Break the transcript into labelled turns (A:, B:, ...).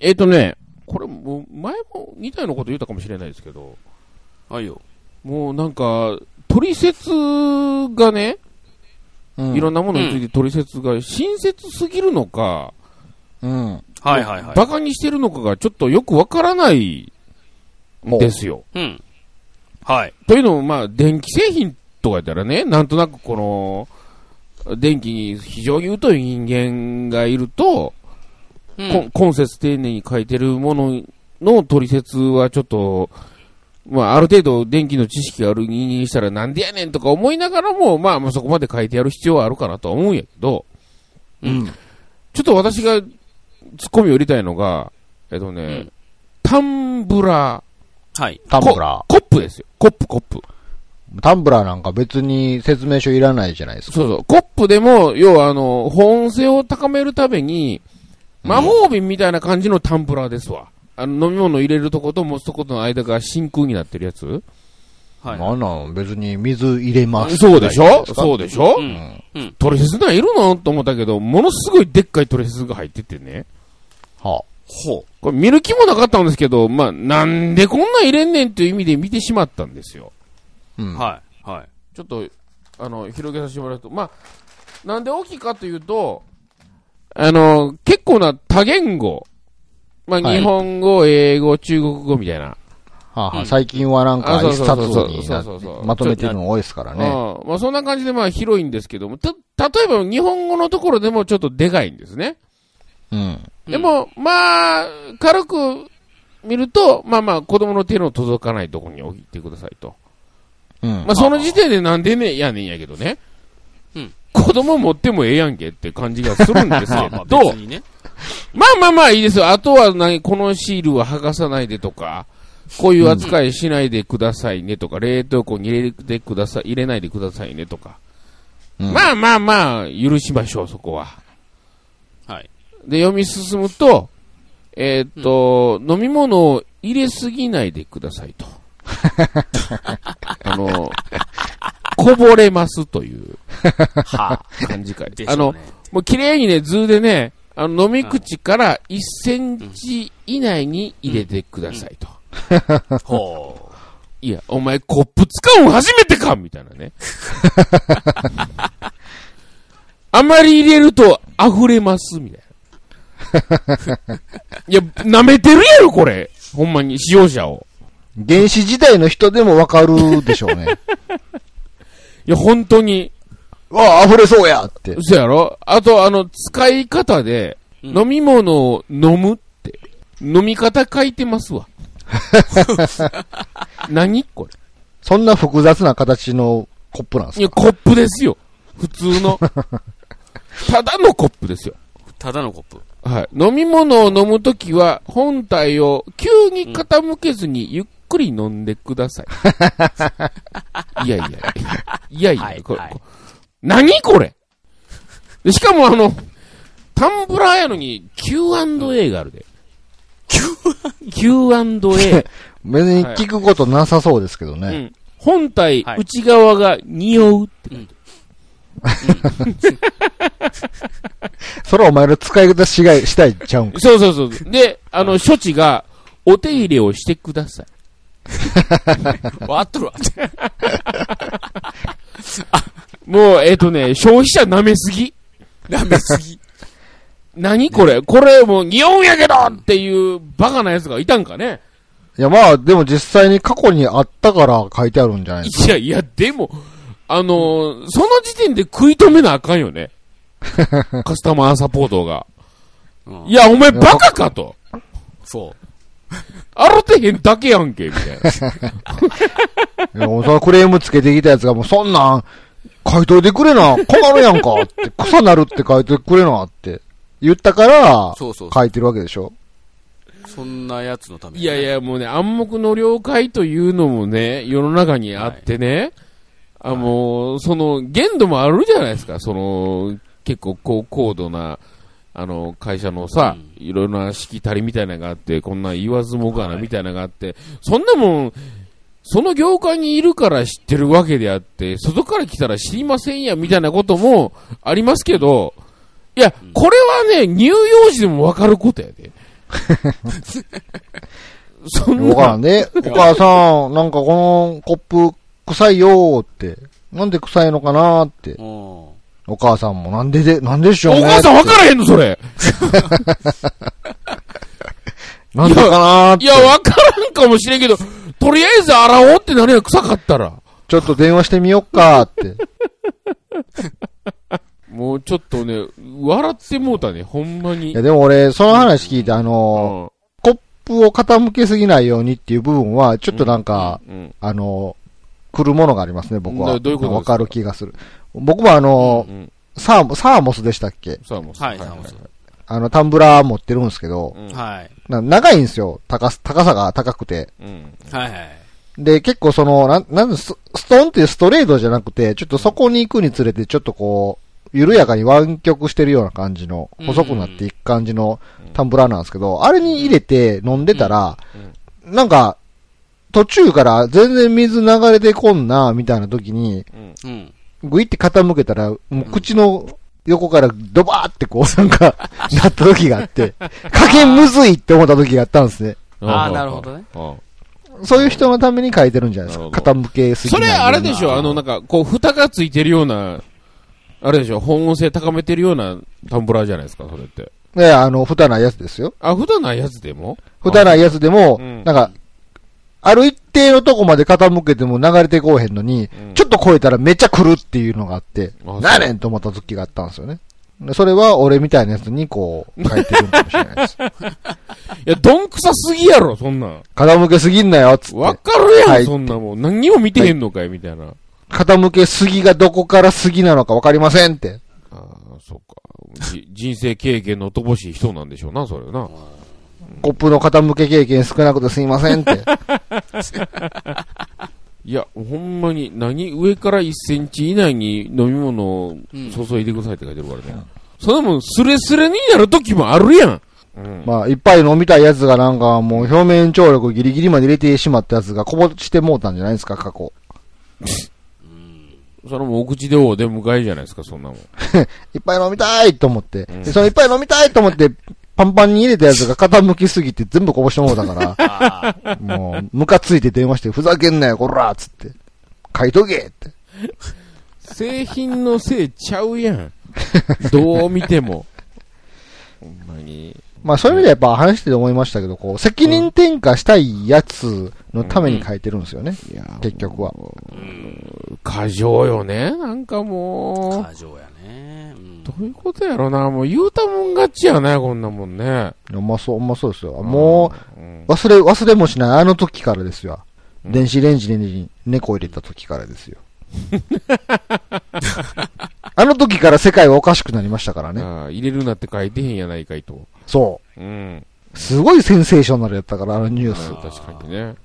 A: えっ、とね、これもう前も似たようなこと言ったかもしれないですけど、
B: はいよ。
A: もうなんか、取説がね、いろんなものについて取説が親切すぎるのか、
C: うん。
B: はいはいはい。
A: バカにしてるのかがちょっとよくわからないんですよ。
B: うん。はい。
A: というのも、まあ、電気製品とかやったらね、なんとなくこの、電気に非常に疎い人間がいると、
B: うん
A: こん、今節丁寧に書いてるものの取説はちょっと、まあ、ある程度電気の知識がある人間にしたらなんでやねんとか思いながらも、まあ、まあそこまで書いてやる必要はあるかなとは思うんやけど、
B: うん。
A: ちょっと私がツッコミを入れたいのが、えっとね、
B: うん
A: タンブラー、
B: はい。
C: タンブラ
A: コップですよ。コップ、コップ。
C: ー。タンブラーなんか別に説明書いらないじゃないですか。
A: そうそう。コップでも、要はあの、保温性を高めるために、魔法瓶みたいな感じのタンブラーですわ。あの、飲み物入れるとこと持つとことの間が真空になってるやつ。
B: はい。
C: なんなん別に水入れます。
A: そうでしょそう
C: で
A: でしょ、
B: うん。うん。
A: トリセツなんいるのと思ったけど、ものすごいでっかいトリセツが入っててね。
C: は
B: ほう。
A: これ見る気もなかったんですけど、まあ、なんでこんなん入れんねんっていう意味で見てしまったんですよ。
C: あ。うん。
B: はい。はい。
A: ちょっと、あの、広げさせてもらうと、まあ、なんで大きいかというと、あの、結構な多言語。まあ、
C: はい
A: 日本語、英語、中国語みたいな。
C: はあは
B: う
C: あ、
B: ん
C: 最近はなんか
A: あそう
C: 一
A: そう
C: 冊
A: そうそう
C: になって
A: そうそうそう
C: まとめてるの多いですからね。
A: ああまあ、そんな感じで、まあ、広いんですけども、た、例えば日本語のところでもちょっとでかいんですね。
C: うん。
A: でも、まあ、軽く見ると、まあまあ、子供の手の届かないところに置いてくださいと。
C: うん
A: ま。あ、その時点でなんでね、やねんやけどね。
B: うん
A: 子供持ってもええやんけって感じがするんで す
B: まあ
A: け
B: まあ別
A: ど、
B: にね。
A: まあまあまあいいですよ。あとは何、このシールは剥がさないでとか、こういう扱いしないでくださいねとか、冷凍庫に入れてください、入れないでくださいねとか。
C: うん
A: まあまあまあ、許しましょう、そこは。
B: はい。
A: で、読み進むと、えーっと、飲み物を入れすぎないでくださいと。 あの、こぼれますという
B: は あ。
A: 感じかい。
B: でし
A: あ
B: ょう
A: の
B: ね、。
A: もう綺麗にね、図でね、あの飲み口から1センチ以内に入れてくださいと。
B: ほ
A: いや、お前コップ使うん初めてかみたいな ね。あまり入れると溢れます、みたい な。いや、舐めてるやろ、これ。ほんまに、使用者を。
C: 原始時代の人でもわかるでしょう ね。
A: いや、本当に。
C: わあ、溢れそうやって。
A: 嘘やろあと、あの、使い方で、
B: うん
A: 飲み物を飲むって、飲み方書いてま すわ。何これ。
C: そんな複雑な形のコップなんです
A: いや、
C: か
A: コップですよ。普 通の。ただのコップですよ。
B: う。ただのコッ プ。
A: はい。飲み物を飲むときは、本体を急に傾けずにゆっくり飲んでくださ い。いやいや、いやいや、
B: はい
A: これ、
B: はい
A: こ何これでしかもあの、タンブラーやのに Q&A があるで。Q&A。
C: 別に聞くことなさそうですけど
A: う
C: ね。
A: ん。本体
B: はい
A: 内側が匂うって書いて
C: それはお前の使い方しがい、したいちゃうん
A: あ
C: か
A: る。。そうそうそう。で、あの、処置が、お手入れをしてください。
B: わっとるわ。
A: もう、えっ、とね、消費者舐めすぎ。
B: 舐めすぎ。
A: 何これこれもう日本やけどっていうバカなやつがいたんかね
C: いや、まあ、でも実際に過去にあったから書いてあるんじゃないです
A: いやいや、でも、あのーその時点で食い止めなあかん よね。カスタマーサポートが。
B: うん
A: いや、お前バカかと。
B: そう。
A: 洗ってへんだけやんけ、みたいな。
C: か。 いや、もうそのクレームつけてきたやつが、もうそんなん、書いといてくれな、困るやんか、って、草なるって書いてくれな、って、言ったから、
B: そうそうそ
C: 書いてるわけでしょ。
B: う。そんなやつのため
A: い
B: に。
A: やい。や、もうね、暗黙の了解というのもね、世の中にあってね、あもう、その、限度もあるじゃないですか、その、結構こう高度な、あの、会社のさ、
B: う
A: いろいろなしきたりみたいなのがあって、こんなん言わずもがな
B: はい
A: みたいなのがあって、そんなもん、その業界にいるから知ってるわけであって、外から来たら知りませんや、みたいなことも ありますけど、いや、これはね、乳幼児でもわかることやで。そん
C: わか
A: な
C: ら んで、お母さん、なんかこのコップ臭いよーって。なんで臭いのかなーって。
B: うん。
C: お母さんもなんでで、なんでしょう
A: お
C: ね
A: 母さんわからへんのそれ。
C: なんでかなーっ
A: い
C: て
A: や、。わからんかもしれんけど、とりあえず洗おうってなるやん、臭かったら。
C: ちょっと電話してみよっかーって。
A: もうちょっとね、笑ってもうたね、ほんま
C: い
A: に
C: や、。でも俺、その話聞いて、あの
A: うん
C: ー、コップを傾けすぎないようにっていう部分は、ちょっとなんか、
A: うん
C: あのー、来るものがありますね、僕は。
A: などういうことですか
C: わかる気がする。僕もあの
A: う
C: ー、
A: ん
C: サーモ、サーモスでしたっけ
A: サーモス。
B: はい、サムス。
C: あの、タンブラー持ってるんですけど、
A: うん
B: はい。
C: な長いんですよ。高す、高さが高くて。
A: うん
B: はいはい。
C: で、結構その、なん、なんス、ストンっていうストレートじゃなくて、ちょっとそこに行くにつれて、ちょっとこう、緩やかに湾曲してるような感じの、
B: うん
C: 細くなっていく感じのタンブラーなんですけど、あれに入れて飲んでたら、なんか、途中から全然水流れてこんな、みたいな時に、
A: うん
B: うん。
C: ぐいって傾けたら、もう口の横からドバーってこう、なんか、なった時があって、加減むずいって思った時があったんですね。
B: あーなるほどね。
A: あー
C: そういう人のために書いてるんじゃないですか。
A: な
C: 傾けすぎ
A: そ
C: ない
A: れ
C: ような
A: あれでしょ、あの、なんか、こう、蓋がついてるような、あれでしょ、保温性高めてるようなタンブラーじゃないですか、それって。
C: ね、あの、蓋ないやつですよ。
A: あ、蓋ないやつでも
C: 蓋ないやつでも、
A: うん
C: なんか、ある一定のとこまで傾けても流れてこうへんのに、
A: うん
C: ちょっと超えたらめっちゃ来るっていうのがあって、
A: あそう
C: なれんと思った時があったんですよね。でそれは俺みたいなやつにこう、書いてるんかもしれない です。
A: いや、どんくさすぎやろ、そんなん。
C: 傾けすぎんなよ、っつっ
A: わ
C: て。
A: かるや
C: は
A: ん、
C: い
A: そんなもん。何にも見てへんのかい、みたいな。
C: 傾けすぎがどこからすぎなのかわかりませんって。
A: ああ、そっか。じ人生経験の乏しい人なんでしょうな、それな。
C: コップの傾け経験少なくてすいませんって。
A: いや、ほんまに、何上から1センチ以内に飲み物を
B: うん
A: 注いでくださいって書いてるからね。そんなもん、スレスレになる時もあるやん。うん。
C: まあ、いっぱい飲みたいやつがなんかもう表面張力ギリギリまで入れてしまったやつがこぼしてもうたんじゃないですか、過去。
A: それもお口でお出迎えじゃないですか、そんなもん。
C: いっぱい飲みたいと思って、でそのいっぱい飲みたいと思って、パンパンに入れたやつが傾きすぎて全部こぼしてもうたか
B: ああ。
C: ら、もう、ムカついて電話して、ふざけんなよ、こらっつって。書いとけって。
A: 製品のせいちゃうやん。どう見ても。ほんまに。
C: まあそういう意味ではやっぱ話してて思いましたけど、こう、責任転嫁したいやつのために書いてるんですよね。
A: いや、
C: 結局は。
B: うん。
A: 過剰よね、なんかも
B: 過剰やね。うん
A: う。ど。ういうことやろな、もう言うたもん勝ちやね、こんなもんね。
C: うまそう、うまそうですよ。も
A: うん
C: う、忘れ、忘れもしないあの時からですよ。
A: うん
C: 電子レンジに猫を入れた時からですよ。 あの時から世界はおかしくなりましたからね。
A: ああ入れるなって書いてへんやないかいと。
C: そう。
A: うん。
C: すごいセンセーショナルやったから、あのニュー
A: そ
C: ス
A: う。確かにね。